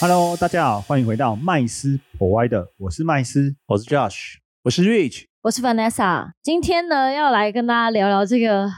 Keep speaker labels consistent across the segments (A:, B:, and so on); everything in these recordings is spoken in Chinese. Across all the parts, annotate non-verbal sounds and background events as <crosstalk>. A: Hello，大家好，欢迎回到麦斯博歪的，我是麦斯。
B: 我是 Josh，我是 Rich，
C: 我是 Vanessa，今天呢要来跟大家聊聊这个，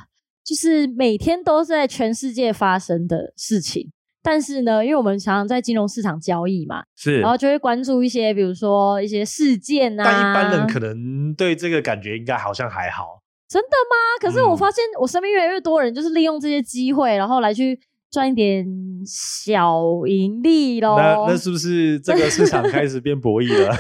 C: 就是每天都在全世界发生的事情。但是呢，因为我们常常在金融市场交易嘛，
B: 是
C: 然后就会关注一些，比如说一些事件啊。
B: 但一般人可能对这个感觉应该好像还好，
C: 真的吗？可是我
B: 嗯
C: 发现我身边越来越多人就是利用这些机会，然后来去赚一点小盈利喽。
B: 那那是不是这个市场开始变博弈了？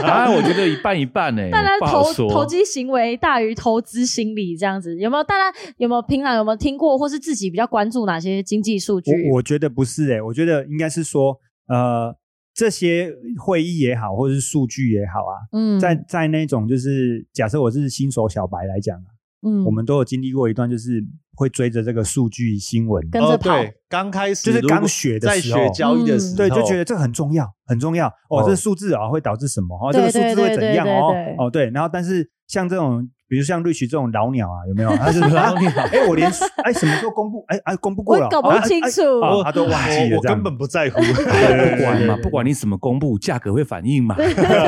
D: 答案我觉得一半一半呢、欸
C: <laughs> 大家
D: 不好
C: 投
D: 说。
C: 投机行为大于投资心理这样子，有没有？大家有没有平常有没有听过，或是自己比较关注哪些经济数据？
A: 我我觉得不是诶、欸我觉得应该是说，呃，这些会议也好，或者是数据也好啊，
C: 嗯
A: 在在那种就是假设我是新手小白来讲啊，
C: 嗯
A: 我们都有经历过一段，就是会追着这个数据新闻，
C: <laughs> 跟着跑
B: 哦
C: 嗯
B: 对，刚开始
A: 就是刚
B: 如果
A: 学的
B: 在
A: 时候
B: 学交易的时候，
A: 对，就觉得这很重要，很重要哦。
B: 哦
A: 这个数字啊、会导致什么？哦，这
C: 对
A: 个数字会怎样？
C: 对对
A: 哦
C: 对对
A: 哦，对。然后，但是像这种，比如像瑞奇这种老鸟啊，有没有？他是老鸟，哎，我连哎什么时候公布？哎哎，公布过
C: 我
A: 了，
C: 也搞不
A: 哦哎
C: 清
A: 哎
C: 楚
A: 哦
B: 我
A: 他都忘记了
B: 我我
A: 这样
B: 根本不在乎，
D: 不管嘛，
B: 对
D: 不管你怎么公布，价格会反应嘛。
A: <laughs> 有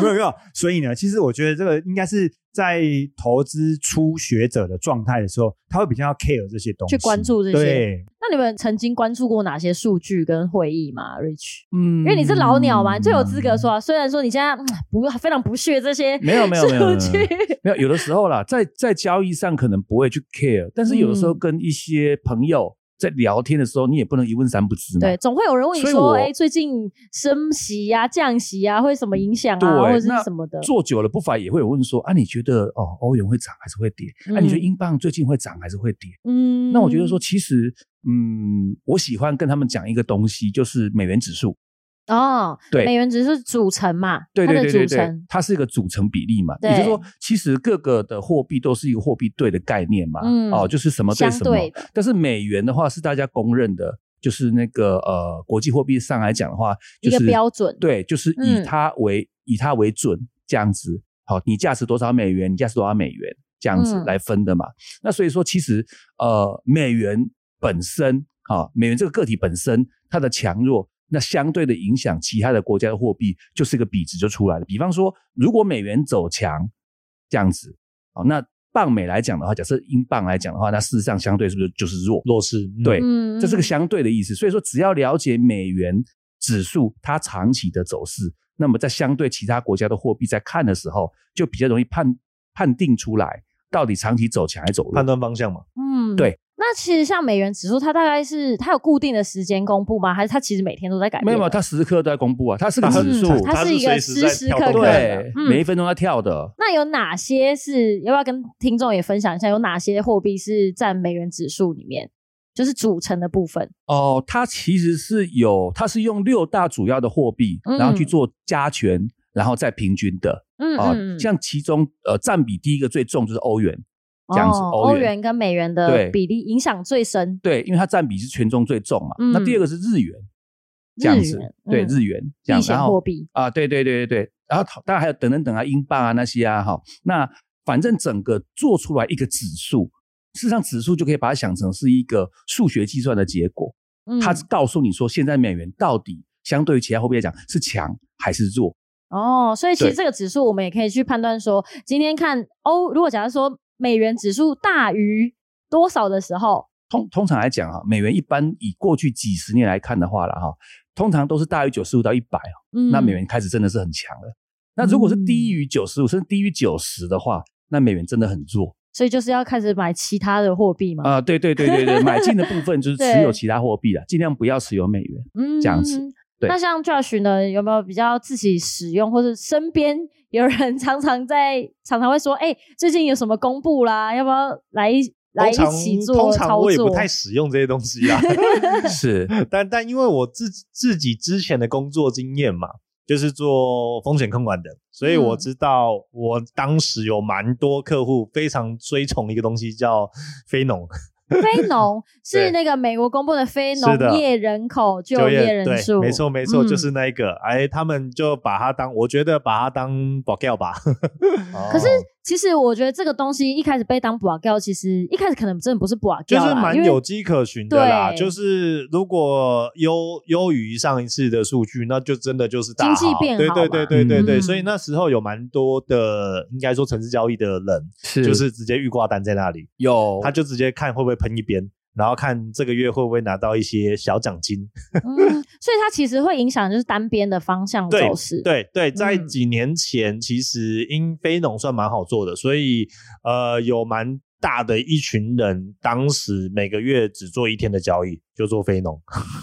A: 没有有没有？所以呢，其实我觉得这个应该是在投资初学者的状态的时候，他会比较 care 这些东西，
C: 去关注这些
A: 对，
C: 那你们曾经关注过哪些数据跟会议吗，Rich？
D: 嗯，
C: 因为你是老鸟嘛，你最有资格说、啊。虽然说你现在、嗯不非常不屑这些
D: 没有没有没有没有嗯
C: 数据，
D: 没有，有的时候啦，在在交易上可能不会去 care，但是有的时候
C: 嗯
D: 跟一些朋友在聊天的时候，你也不能一问三不知嘛。
C: 对，总会有人问你
D: 所以
C: 说，
D: 我
C: 哎、最近升息呀、降息呀、会什么影响
D: 对
C: 啊，或者是
D: 那
C: 什么的？
D: 做久了不乏也会有问说啊，你觉得哦，欧元会涨还是会跌？那、你觉得
C: 嗯
D: 英镑最近会涨还是会跌？
C: 嗯
D: 那我觉得说，，其实嗯，我喜欢跟他们讲一个东西，就是美元指数。
C: 哦，
D: 对，
C: 美元只是组成嘛，
D: 对对对对
C: 它的组
D: 对
C: 成，，
D: 它是一个组成比例嘛，
C: 对
D: 也就是说，其实各个的货币都是一个货币对的概念嘛，
C: 嗯
D: 哦，就是什么对
C: 相
D: 什么
C: 对的。
D: 但是美元的话是大家公认的，就是那个呃国际货币上来讲的话，就是
C: 一个标准
D: 对，就是以
C: 嗯
D: 它为、以它为准这样子。好，你价值多少美元？你价值多少美元？这样子
C: 嗯
D: 来分的嘛。那所以说，其实呃，美元本身啊、美元这个个体本身它的强弱，那相对的影响其他的国家的货币，就是一个比值就出来了。比方说，如果美元走强这样子，好、那镑美来讲的话，假设英镑来讲的话，那事实上相对是不是就是弱？
B: 弱势，嗯
D: 对
C: 嗯
D: 这是个相对的意思。所以说，只要了解美元指数它长期的走势，那么在相对其他国家的货币在看的时候，就比较容易判判定出来到底长期走强还是走弱。
B: 判断方向嘛，
C: 嗯，
D: 对。
C: 那其实像美元指数，它大概是它有固定的时间公布吗？还是它其实每天都在改变？
D: 没有没有，它时时刻刻都在公布啊，它是个
B: 它
D: 指数，
C: 嗯它
B: 它
C: 是一个
B: 随时
C: 时
B: 在
C: 时
B: 跳
C: 刻
B: 动
C: 刻
B: 的
D: 对，
C: 嗯
D: 每一分钟在跳的。
C: 那有哪些是要不要跟听众也分享一下？有哪些货币是占美元指数里面就是组成的部分？
D: 哦，它其实是有，它是用六大主要的货币，然后去
C: 嗯
D: 做加权，然后再平均的
C: 嗯
D: 啊、
C: 嗯，嗯
D: 像其中呃占比第一个最重就是欧元，这样子
C: 哦
D: 欧元
C: 元跟美元的
D: 对
C: 比例影响最深。
D: 对，因为它占比是权重最重嘛。
C: 嗯
D: 那第二个是日元，这样子
C: 日元，
D: 对
C: 嗯
D: 日元这样
C: 避，险
D: 然后
C: 货币
D: 啊，对对对对对，然后讨当然还有等等等啊，英镑啊那些啊哈，那反正整个做出来一个指数，事实上指数就可以把它想成是一个数学计算的结果，
C: 嗯
D: 它告诉你说现在美元到底相对于其他货币来讲是强还是弱，
C: 哦，所以其实
D: 对
C: 这个指数我们也可以去判断说，今天看欧，如果假如说美元指数大于多少的时候，
D: 通通常来讲啊，美元一般以过去几十年来看的话了哈，通常都是大于九十五到一百哦，
C: 嗯，
D: 那美元开始真的是很强了。那如果是低于九十五甚至低于九十的话，那美元真的很弱
C: 所以就是要开始买其他的货币
B: 呃
C: 嘛，
D: 啊、对对对对对，买进的部分就是持有
C: 对
D: 其他货币啦，尽量不要持有美
C: <laughs>
D: 元。
C: 嗯，
D: 这样子。对
C: 那像 Josh 呢，有没有比较自己使用，或者身边有人 <laughs> 常常在常常会说，哎、最近有什么公布啦，要不要来一来
B: 通
C: 一
B: 常
C: 起做
B: 通常
C: 操
B: 我也
C: 作
B: 不？太使用这些
C: <laughs>
B: 东西啊，
D: 是，
A: <laughs>
B: 但但因为我自自己之前的工作经验嘛，就是做风险控管的，所以我
C: 嗯
B: 知道我当时有蛮多客户非常追崇一个东西叫非农
C: 非农是
B: <laughs> 对
C: 那个美国公布的非
B: 是的
C: 农业人口就
B: 就
C: 业
B: 业，
C: 人
B: 对
C: 数，，
B: 没错没错，
C: 嗯
B: 就是那一个，哎，他们就把它当，我觉得把它当保钓吧。
C: 可
A: 哦
B: 哦
C: 是其实我觉得这个东西一开始被当补教，其实一开始可能真的不是补
B: 就
C: 教啦，
B: 是蛮
C: 因为
B: 有迹可循的啦，
C: 对
B: 就是如果优优于上一次的数据，那就真的就是大好
C: 经济变
B: 对
C: 好
B: 对对对
D: 嘛
B: 对对，
C: 嗯
B: 所以那时候有蛮多的，应该说城市交易的人，
D: 是
B: 就是直接预挂单在那里，
D: 有
B: 他就直接看会不会喷一边，然后看这个月会不会拿到一些小奖金。
C: 嗯，所以它其实会影响就是单边的方向
B: 对
C: 走势。
B: 对对，在
C: 嗯
B: 几年前，其实英非农算蛮好做的，所以呃有蛮。大的一群人，当时每个月只做一天的交易，就做非农。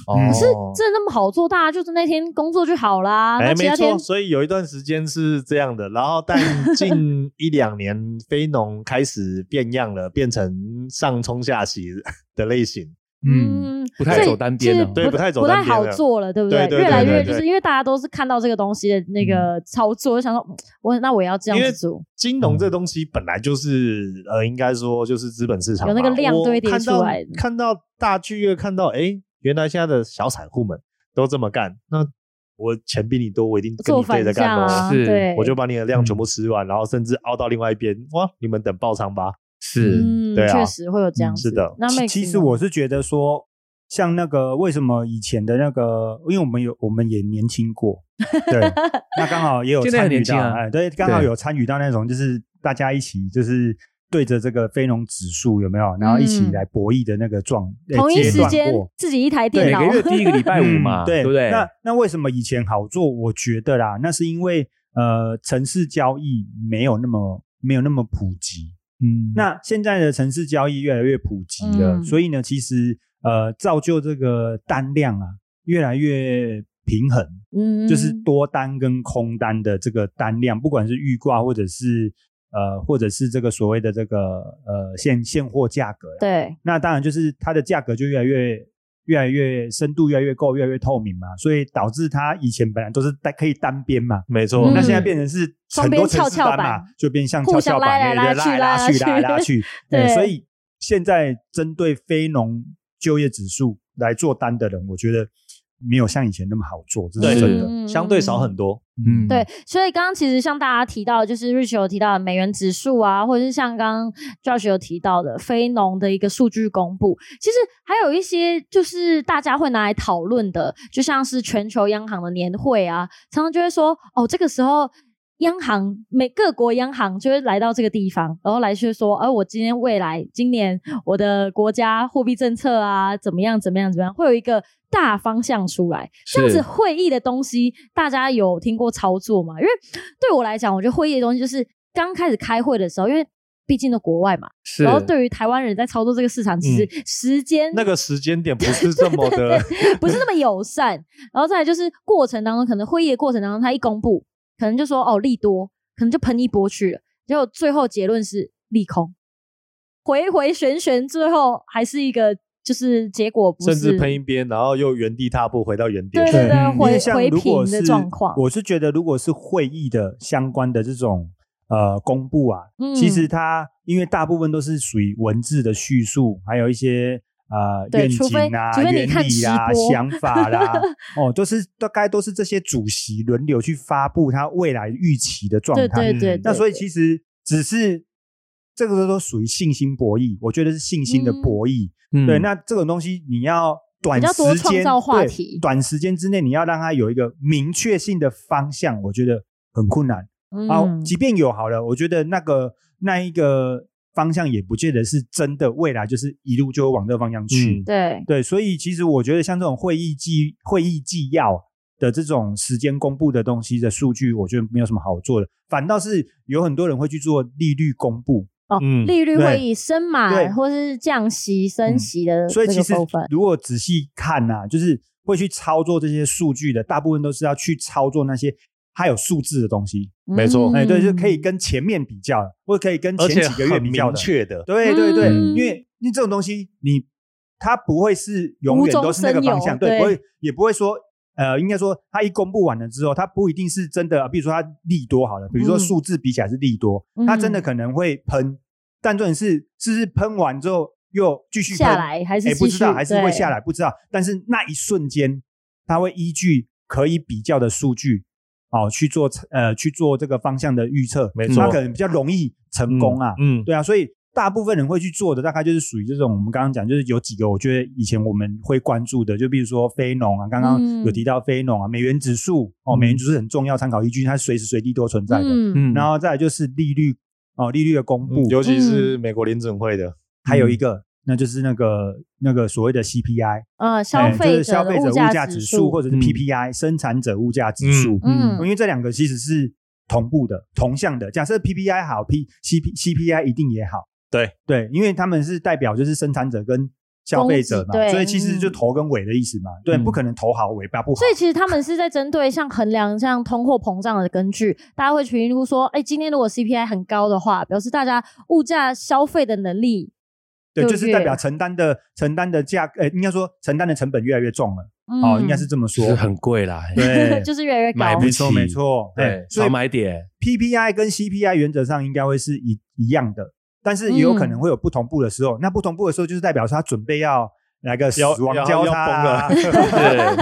C: 嗯
D: 哦
A: 是
C: 真的那么好做，大家就是那天工作就好啦。
B: 哎，
C: 那其
B: 没
C: 他天
B: 错，所以有一段时间是这样的，然
C: <laughs>
B: 后但近一两年，非农开始变样了，变成上冲下洗的类型。
A: 嗯，
C: 嗯，
D: 不太
C: 所以
D: 走单边了
C: 其实
B: 对不太走
C: 不太
B: 单边
C: 好
B: 了
C: 做了，对不对？
B: 对对
C: 越来
B: 对
C: 越
B: 对
C: 就是因为大家都是看到这个东西的那个操作，就想说嗯我那我也要这样
B: 因为
C: 子做。
B: 金
C: 嗯
B: 融这东西本来就是，呃，应该说就是资本市场
C: 有那
B: 嘛
C: 个量
B: 我
C: 堆叠
B: 看
C: 出
B: 到
C: 来的
B: 看到大剧院，看到哎，原来现在的小散户们都这么干，那我钱比你多，我一定跟
C: 做
B: 你对
C: 反
B: 着干
C: 向
B: 喽。
C: 啊，
D: 是
C: 对，嗯
B: 我就把你的量全部吃完，然后甚至凹到另外一边，哇！你们等爆仓吧。
D: 是
C: 嗯，
B: 对
C: 确
B: 啊
C: 实会有这样
A: 嗯
C: 子。
B: 是的
C: 那
A: 其
C: Max
A: 其实
C: 呢
A: 我是觉得说，像那个为什么以前的那个，因为我们有我们也年轻过，
C: <laughs>
A: 对，那刚好也有
D: 现在很
A: 参与
D: 年轻
A: 到，
D: 啊
A: 哎，对，刚好
D: 对
A: 有参与到那种就是大家一起就是。对着这个非农指数有没有，然后一起
C: 嗯
A: 来博弈的那个状，哎
C: 同一
A: 阶
C: 时
A: 段
C: 间
A: 过
C: 自己一台电
D: 每
C: 脑
D: 个，月第一个礼拜五嘛，
A: 嗯对
D: 不对？
A: 那那为什么以前好做？我觉得啦，那是因为呃，城市交易没有那么没有那么普及。
D: 嗯
A: 那现在的城市交易越来越普及了，
C: 嗯
A: 所以呢，其实呃，造就这个单量啊越来越平衡，
C: 嗯，
A: 就是多单跟空单的这个单量，不管是预挂或者是呃，或者是这个所谓的这个呃现现货价格啦，
C: 对，
A: 那当然就是它的价格就越来越越来越深度越来越够越来越透明嘛，所以导致它以前本来都是单可以单边嘛，
B: 没错，
C: 嗯
A: 那现在变成是
C: 双
A: 很
C: 边
A: 多城市
C: 跷跷
A: 单
C: 板
A: 嘛，就变像
C: 互
A: 跷
C: 相
A: 跷
C: 拉来
A: 板
C: 拉
A: 那
C: 去
A: 拉
C: 拉
A: 拉
C: 去
A: 去拉来拉
C: <laughs>
A: 去，
C: 对
A: 所以现在针对非农就业指数来做单的人，我觉得没有像以前那么好做，这
B: 对
A: 是真的。
C: 嗯
B: 相对少很多。
D: 嗯
C: 对，所以刚刚其实像大家提到，就是 Rich 有提到的美元指数啊，或者是像刚刚 Josh 有提到的非农的一个数据公布，其实还有一些就是大家会拿来讨论的，就像是全球央行的年会啊，常常就会说哦，这个时候。央行每各国央行就会来到这个地方，然后来去说，而、我今天未来今年我的国家货币政策啊，怎么样怎么样怎么样，会有一个大方向出来。这样
D: 是
C: 子会议的东西，大家有听过操作吗？因为对我来讲，我觉得会议的东西就是刚开始开会的时候，因为毕竟都国外嘛，
D: 是
C: 然后对于台湾人在操作这个市场，其实时间
B: 那个时间点不是这么的， <laughs>
C: 不是那么友善。然后再来就是过程当中，可能会议的过程当中，他一公布，可能就说哦利多，可能就喷一波去了，结果最后结论是利空，回回旋旋，最后还是一个就是结果不
B: 甚
C: 是
B: 至喷一边，然后又原地踏步回到原点。
C: 对对对
A: 嗯
C: 回
A: 因为像
C: 回
A: 如果
C: 平的
A: 是
C: 状况
A: 我是觉得如果是会议的相关的这种呃公布啊，
C: 嗯
A: 其实它因为大部分都是属于文字的叙述，还有一些呃
C: 对
A: 愿
C: 除非
A: 景啊
C: 除、非你
A: 原
C: 看
A: 理啦、
C: 直播
A: 想法
C: <laughs>
A: 啦，哦，都是大概都是这些主席轮流去发布他未来预期的状
C: 对
A: 态。
C: 对对，
A: 那
C: 对
A: 所以其实只是这个都属于信心博弈，我觉得是信心的
C: 嗯
A: 博弈。对，那这种东西你要短
C: 比较多
A: 时
C: 创
A: 间
C: 造话
A: 对
C: 题
A: 短时间之内你要让它有一个明确性的方向，我觉得很困难。啊、
C: 嗯
A: 即便有好了，我觉得那个那一个方向也不见得是真的，未来就是一路就往这个方向去。
B: 嗯
C: 对，
A: 对，所以其实我觉得像这种会议纪会议纪要的这种时间公布的东西的数据，我觉得没有什么好做的，反倒是有很多人会去做利率公布。
C: 哦，
B: 嗯
C: 利率
A: 对
C: 会议升
A: 对
C: 码或是降息、升
A: 嗯
C: 息的
A: 所以
C: 这
A: 其
C: 个
A: 实
C: 部分，
A: 如果仔细看呐、就是会去操作这些数据的，大部分都是要去操作那些它有数字的东西。
B: 没错
A: 哎，对，就
C: 嗯
A: 可以跟前面比较的，或者可以跟
B: 而
A: 前
B: 且
A: 几个月
B: 很
A: 比较
B: 明
A: 的。
B: 确的，
A: 对对对，
D: 嗯
A: 因为因为这种东西你它不会是永远都是那个方
C: 无中生有
A: 向，对，
C: 对
A: 不会也不会说呃，应该说它一公布完了之后，它不一定是真的，比如说它利多好了，比如说
C: 嗯
A: 数字比起来是利多，它真的可能会喷，但重点是是不是喷完之后又继续
C: 下
A: 喷
C: 来还是
A: 哎，不
C: 继
A: 知
C: 续
A: 道还是会下
C: 来，
A: 来，不知道。但是那一瞬间，它会依据可以比较的数据，哦，去做呃去做这个方向的预测，
B: 没
A: 它
B: 错
A: 可能比较容易成功啊。
B: 嗯，
A: 对啊，所以大部分人会去做的，大概就是属于这种我们刚刚讲，就是有几个我觉得以前我们会关注的，就比如说非农啊，刚刚
C: 嗯
A: 有提到非农啊，美元指数哦，
B: 嗯
A: 美元指数很重要参考依据，它随时随地都存在的。
C: 嗯，
A: 然后再来就是利率哦，利率的公布，
B: 嗯尤其是美国联准会的，
A: 还有一个，那就是那个那个所谓的 CPI，
C: 呃，
A: 哎
C: 消
A: 就是
C: 费
A: 消
C: 的
A: 费者
C: 物
A: 物
C: 价
A: 价
C: 指
A: 指数或者是
D: 嗯
A: PPI、生产者物价指数，
C: 嗯
A: 因为这两个其实是同步的、同向的。假设 PPI 好，P C P C P I 一定也好，
B: 对
A: 对，因为他们是代表就是生产者跟消费者嘛
C: 供给，对
A: 所以其实就
C: 嗯
A: 头跟尾的意思嘛，对，
D: 嗯
A: 不可能头好尾巴不好
C: 所。以其实他们是在针对像衡量像通货膨胀的根据，大家会评估说，哎，今天如果 CPI 很高的话，表示大家物价消费的能力，
A: 对，
C: 就
A: 就是代表
C: 越
A: 承担的承担的价，呃，应该说承担的成本越来越重了，
C: 嗯，
A: 哦，应该是这么说
D: 是。很贵啦，
A: 对
C: <laughs> 就是越来越高
D: 买。不
A: 没错，
D: 起
A: 没错，
D: 对，
A: 所以
D: 少买点，
A: PPI 跟 CPI 原则上应该会是一一样的，但是也有可能会有不同步的时候。那不同步的时候，就是代表说他准备要来个死
B: 要
A: 亡
B: 要
A: 交叉啦，
B: 要
D: 对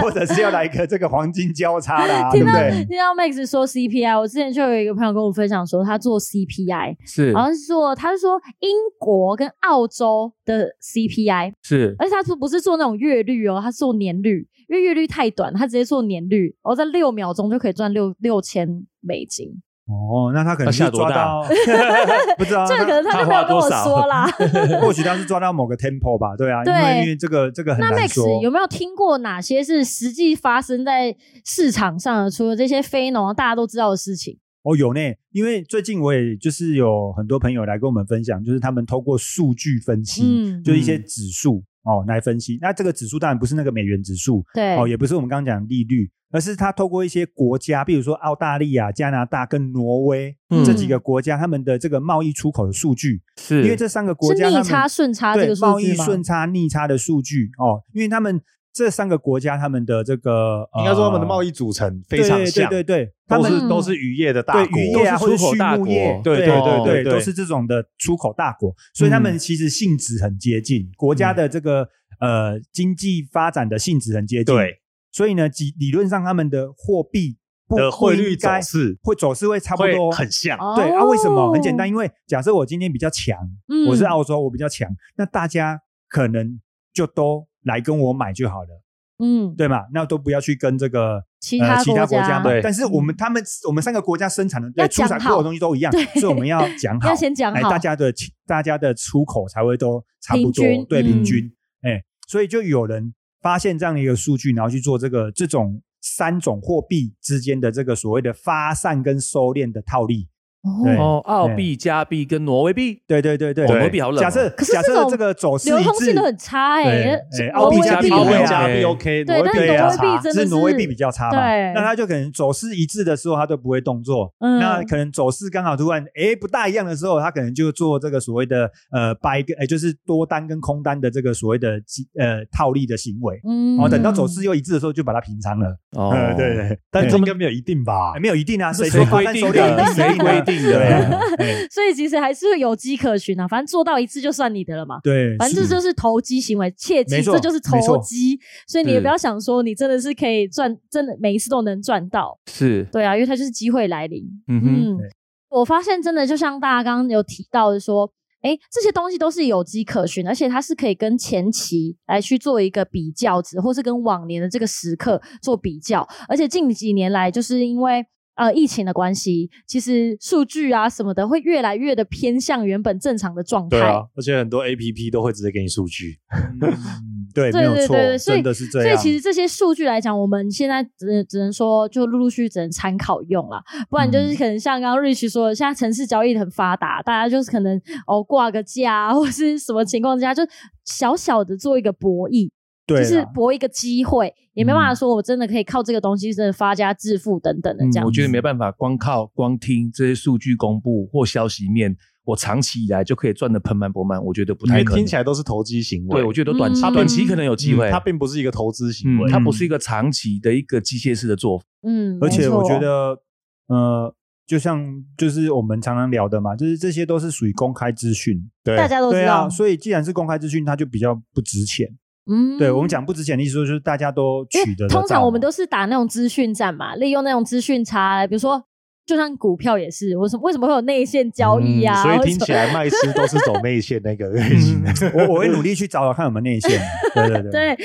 A: <laughs> 或者是要来一个这个黄金交叉啦，
C: <laughs>
A: 对
C: 听
A: 不
C: 到
A: 对？
C: 听到 Max 说 CPI，我之前就有一个朋友跟我分享说，他做 CPI，
D: 是
C: 好像是做他是说英国跟澳洲的 CPI，
D: 是，
C: 而且他是不是做那种月率哦，他是做年率，因为月率太短，他直接做年率，然后在六秒钟就可以赚六六千美金。
A: 哦，那他可能是
D: 那下多
A: 抓
D: 大
A: 到， <laughs> 不知道
C: 这个可能他
D: 他
C: 就没有
D: 花
C: 跟
D: 多
C: 我
D: 少
A: <laughs>
C: 说啦。
A: 他或许他是抓到某个 tempo 吧，对啊，因为
C: 对
A: 因为这个这个很
C: 那
A: 难
C: Max 有
A: 说。
C: 没有听过哪些是实际发生在市场上的？除了这些非农大家都知道的事情，
A: 哦，有呢，因为最近我也就是有很多朋友来跟我们分享，就是他们透过数据分析，
C: 嗯，
A: 就是一些指数哦来分析。那这个指数当然不是那个美元指数，
C: 对，
A: 哦，也不是我们刚刚讲的利率，而是它透过一些国家，比如说澳大利亚、加拿大跟挪威、
D: 嗯
A: 这几个国家，他们的这个贸易出口的数据，
D: 是
A: 因为这三个国
C: 是
A: 家他
C: 逆
A: 们
C: 差顺差这
A: 对
C: 个数
A: 贸
C: 字
A: 易
C: 吗？
A: 顺差、逆差的数据哦，因为他们这三个国家他们的这个、 <laughs> 呃
B: 啊应该说他们的贸易组成非常像，
A: 对对对对，他
B: 都
A: 们
B: 是
C: 嗯
B: 都是渔业的大
A: 对
B: 国，
A: 渔业啊，
D: 都
A: 或
D: 是
A: 者
D: 出口
A: 畜
D: 大
A: 牧
D: 国
A: 业，
B: 对
A: 对
B: 对
A: 对
B: 对嗯对
A: 都是这种的出口大国，所以他们其实性质很接近，国家的这个呃经济发展的性质很接近，
B: 嗯对
A: 所以呢，理理论上他们的货币不
B: 的汇率走
A: 该
B: 势
A: 会走势会差不
B: 会
A: 多。
B: 很像，
C: 哦
A: 对啊，为什么？很简单，，因为假设我今天比较强，
C: 嗯
A: 我是澳洲，我比较强，那大家可能就都来跟我买就好了，
C: 嗯，
A: 对吗？那都不要去跟这个
C: 其
A: 呃
C: 他
A: 其他国
C: 家
A: 买。
B: 对
A: 但是我们他们我们三个国家生产的
C: 要
A: 对出
C: 讲
A: 产出口
C: 好
A: 的东西都一样
C: 对，
A: 所以我们要讲好，
C: 嗯 <laughs> 要先讲
A: 哎，
C: 好
A: 大家的起大家的出口才会都差不
C: 平
A: 多，
C: 均
A: 对，平
C: 嗯
A: 均，哎、所以就有人发现这样的一个数据，然后去做这个这种三种货币之间的这个所谓的发散跟收敛的套利，对
D: 哦，澳币、加币跟挪威币，
A: 对对对对，
D: 哦
B: 对
D: 挪威币好冷哦，
A: 假设
C: 可是
A: 假
C: 这
A: 设
C: 种
A: 这个走势
C: 流
A: 一
C: 通
A: 致
C: 性都很差哎
A: 对，哎
C: 挪
A: 澳币
C: 威
A: 加
C: 币
A: 币
B: 澳
A: 对
B: 币
A: 啊
B: 加币
D: OK
B: OK，
C: 对
B: 挪
C: 但
B: 威币
C: 是
B: 比较
C: 挪威币
B: 差
C: 真的
A: 是挪威币
C: 是
A: 比较差嘛？
C: 对
A: 那他就可能走势一致的时候，他都不会动作。
C: 嗯
A: 那可能走势刚好突然诶不大一样的时候，他可能就做这个所谓的呃 buy 跟诶就是多单跟空单的这个所谓的基呃套利的行为。
C: 嗯，
A: 哦，等到走势又一致的时候，就把它平仓了。
D: 哦
A: 呃，对对，
B: 但这
A: 这
B: 应该没有一定吧？
A: 没有一定啊，
D: 这
A: 说
D: 谁
A: 发
D: 规
A: 单
D: 定
A: 收敛
D: 的？
A: 一定
D: 谁
A: 一定啊
D: 规定
A: 对
D: 的？ <laughs>
A: 啊哎
C: 所以其实还是有迹可循啊，反正做到一次就算你的了嘛。
A: 对，
C: 反正这就是投机行为，切记
A: 没错
C: 这就是
A: 没
C: 投
A: 错
C: 机，所以你也
D: 是
C: 不要想说你真的是可以赚，真的每一次都能赚到，
D: 是，
C: 对啊，因为它就是机会来临。
D: 嗯哼，
C: 嗯
A: 对，
C: 我发现真的就像大家刚刚有提到的说，哎，这些东西都是有迹可循，而且它是可以跟前期来去做一个比较值，或是跟往年的这个时刻做比较，而且近几年来就是因为。呃，疫情的关系，其实数据啊什么的会越来越的偏向原本正常的状态。
B: 对啊，而且很多 A P P 都会直接给你数据，
A: 嗯对，
C: 对
A: 没有
C: 对
A: 错
C: 对对，所以
A: 真的是这
C: 所以
A: 样。
C: 其实这些数据来讲，我们现在只能只能说，就陆陆续续只能参考用了，不然
A: 嗯
C: 就是可能像刚刚 Rich 说的，现在城市交易很发达，大家就是可能哦挂个价啊或是什么情况之下，就小小的做一个博弈，
A: 对啊
C: 就
A: 啦，嗯
C: 是博一个机会，也没办法说我真的可以靠这个东西真的发家致富等等的这样
D: 我。觉得没办法，光靠光听这些数据公布或消息面，我长期以来就可以赚得盆满钵满，我觉得不
B: 因
D: 太
B: 为
D: 可能
B: 听。起来都是投机行为。
D: 对，我觉得都短期、
C: 嗯
D: 短期可能有机会，
B: 它并不是一个投资行
D: 嗯
B: 为，
D: 它不是一个长期的一个机械式的做法。
C: 嗯，
A: 而且
C: 没
A: 我
C: 错
A: 觉得，呃，就像就是我们常常聊的嘛，就是这些都是属于公开资讯，
B: 对
C: 大家都
A: 对
C: 知
A: 啊，
C: 道，
A: 所以既然是公开资讯，它就比较不值钱。
C: 嗯，
A: 对我们。讲不值钱的意思，就是大家都
C: 因
A: 取
C: 为
A: 得得
C: 通常
A: 到
C: 我们
A: 嘛
C: 都是打那种资讯战嘛，利用那种资讯差，比如说，就像股票也是，为什么为什么会有内线交
A: 嗯
C: 易啊？
B: 嗯所
C: 或者
B: 以听
C: 什么
B: 起来麦斯都是走内线那个类型。
A: 我我会努力去找找看有没有内线。对对对，
C: <laughs> 对，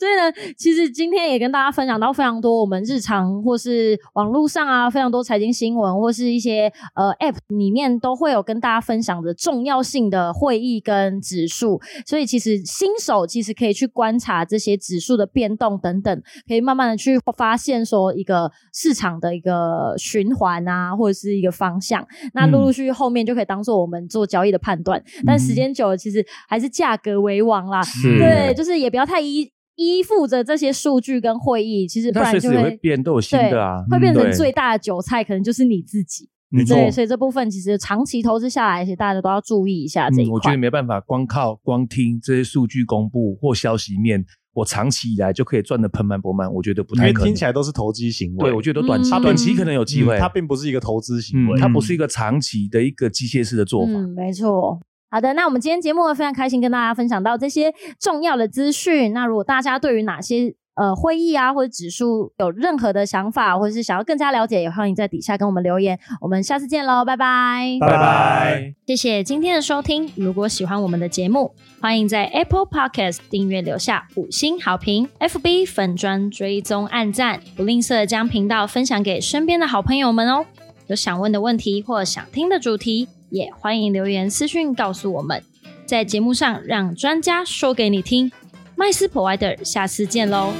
C: 所以呢，其实今天也跟大家分享到非常多我们日常或是网络上啊，非常多财经新闻或是一些呃 App 里面都会有跟大家分享的重要性的会议跟指数。所以其实新手其实可以去观察这些指数的变动等等，可以慢慢的去发现说一个市场的一个循环啊，或者是一个方向。那陆陆续续后面就可以当做我们做交易的判断。但时间久了，其实还是价格为王啦。
D: 是
C: 对，就是也不要太依依附着这些数据跟会议，其实不
D: 它
C: 然
D: 随
C: 就
D: 时也会
C: 会
D: 变，都有新的啊。
C: 会变成
D: 对
C: 最大的韭菜，可能就是你自己。
A: 没错。
C: 对，所以这部分其实长期投资下来，其实大家都要注意一下这一
D: 嗯，我觉
C: 块。
D: 得没办法，光靠光听这些数据公布或消息面，我长期以来就可以赚得盆满钵满，我觉得不
B: <laughs> 因为
D: 太可能
B: 听。起来都是投机行为，
D: 对，我觉得都短期，
C: 嗯
D: 短期可能有机会，
B: 它并不是一个投资行
D: 嗯
B: 为，
D: 它不是一个长期的一个机械式的做法。
C: 嗯，没错。好的，那我们今天节目呢非常开心跟大家分享到这些重要的资讯。那如果大家对于哪些呃会议啊或者指数有任何的想法，或者是想要更加了解，也欢迎在底下跟我们留言。我们下次见喽，拜拜。
A: 拜拜。
C: 谢谢今天的收听。如果喜欢我们的节目，欢迎在 Apple Podcast 订阅留下五星好评，FB 粉砖追踪按赞，不吝啬将频道分享给身边的好朋友们哦。有想问的问题或想听的主题，也欢迎留言私讯告诉我们，在节目上让专家说给你听。麦斯 Provider，下次见喽。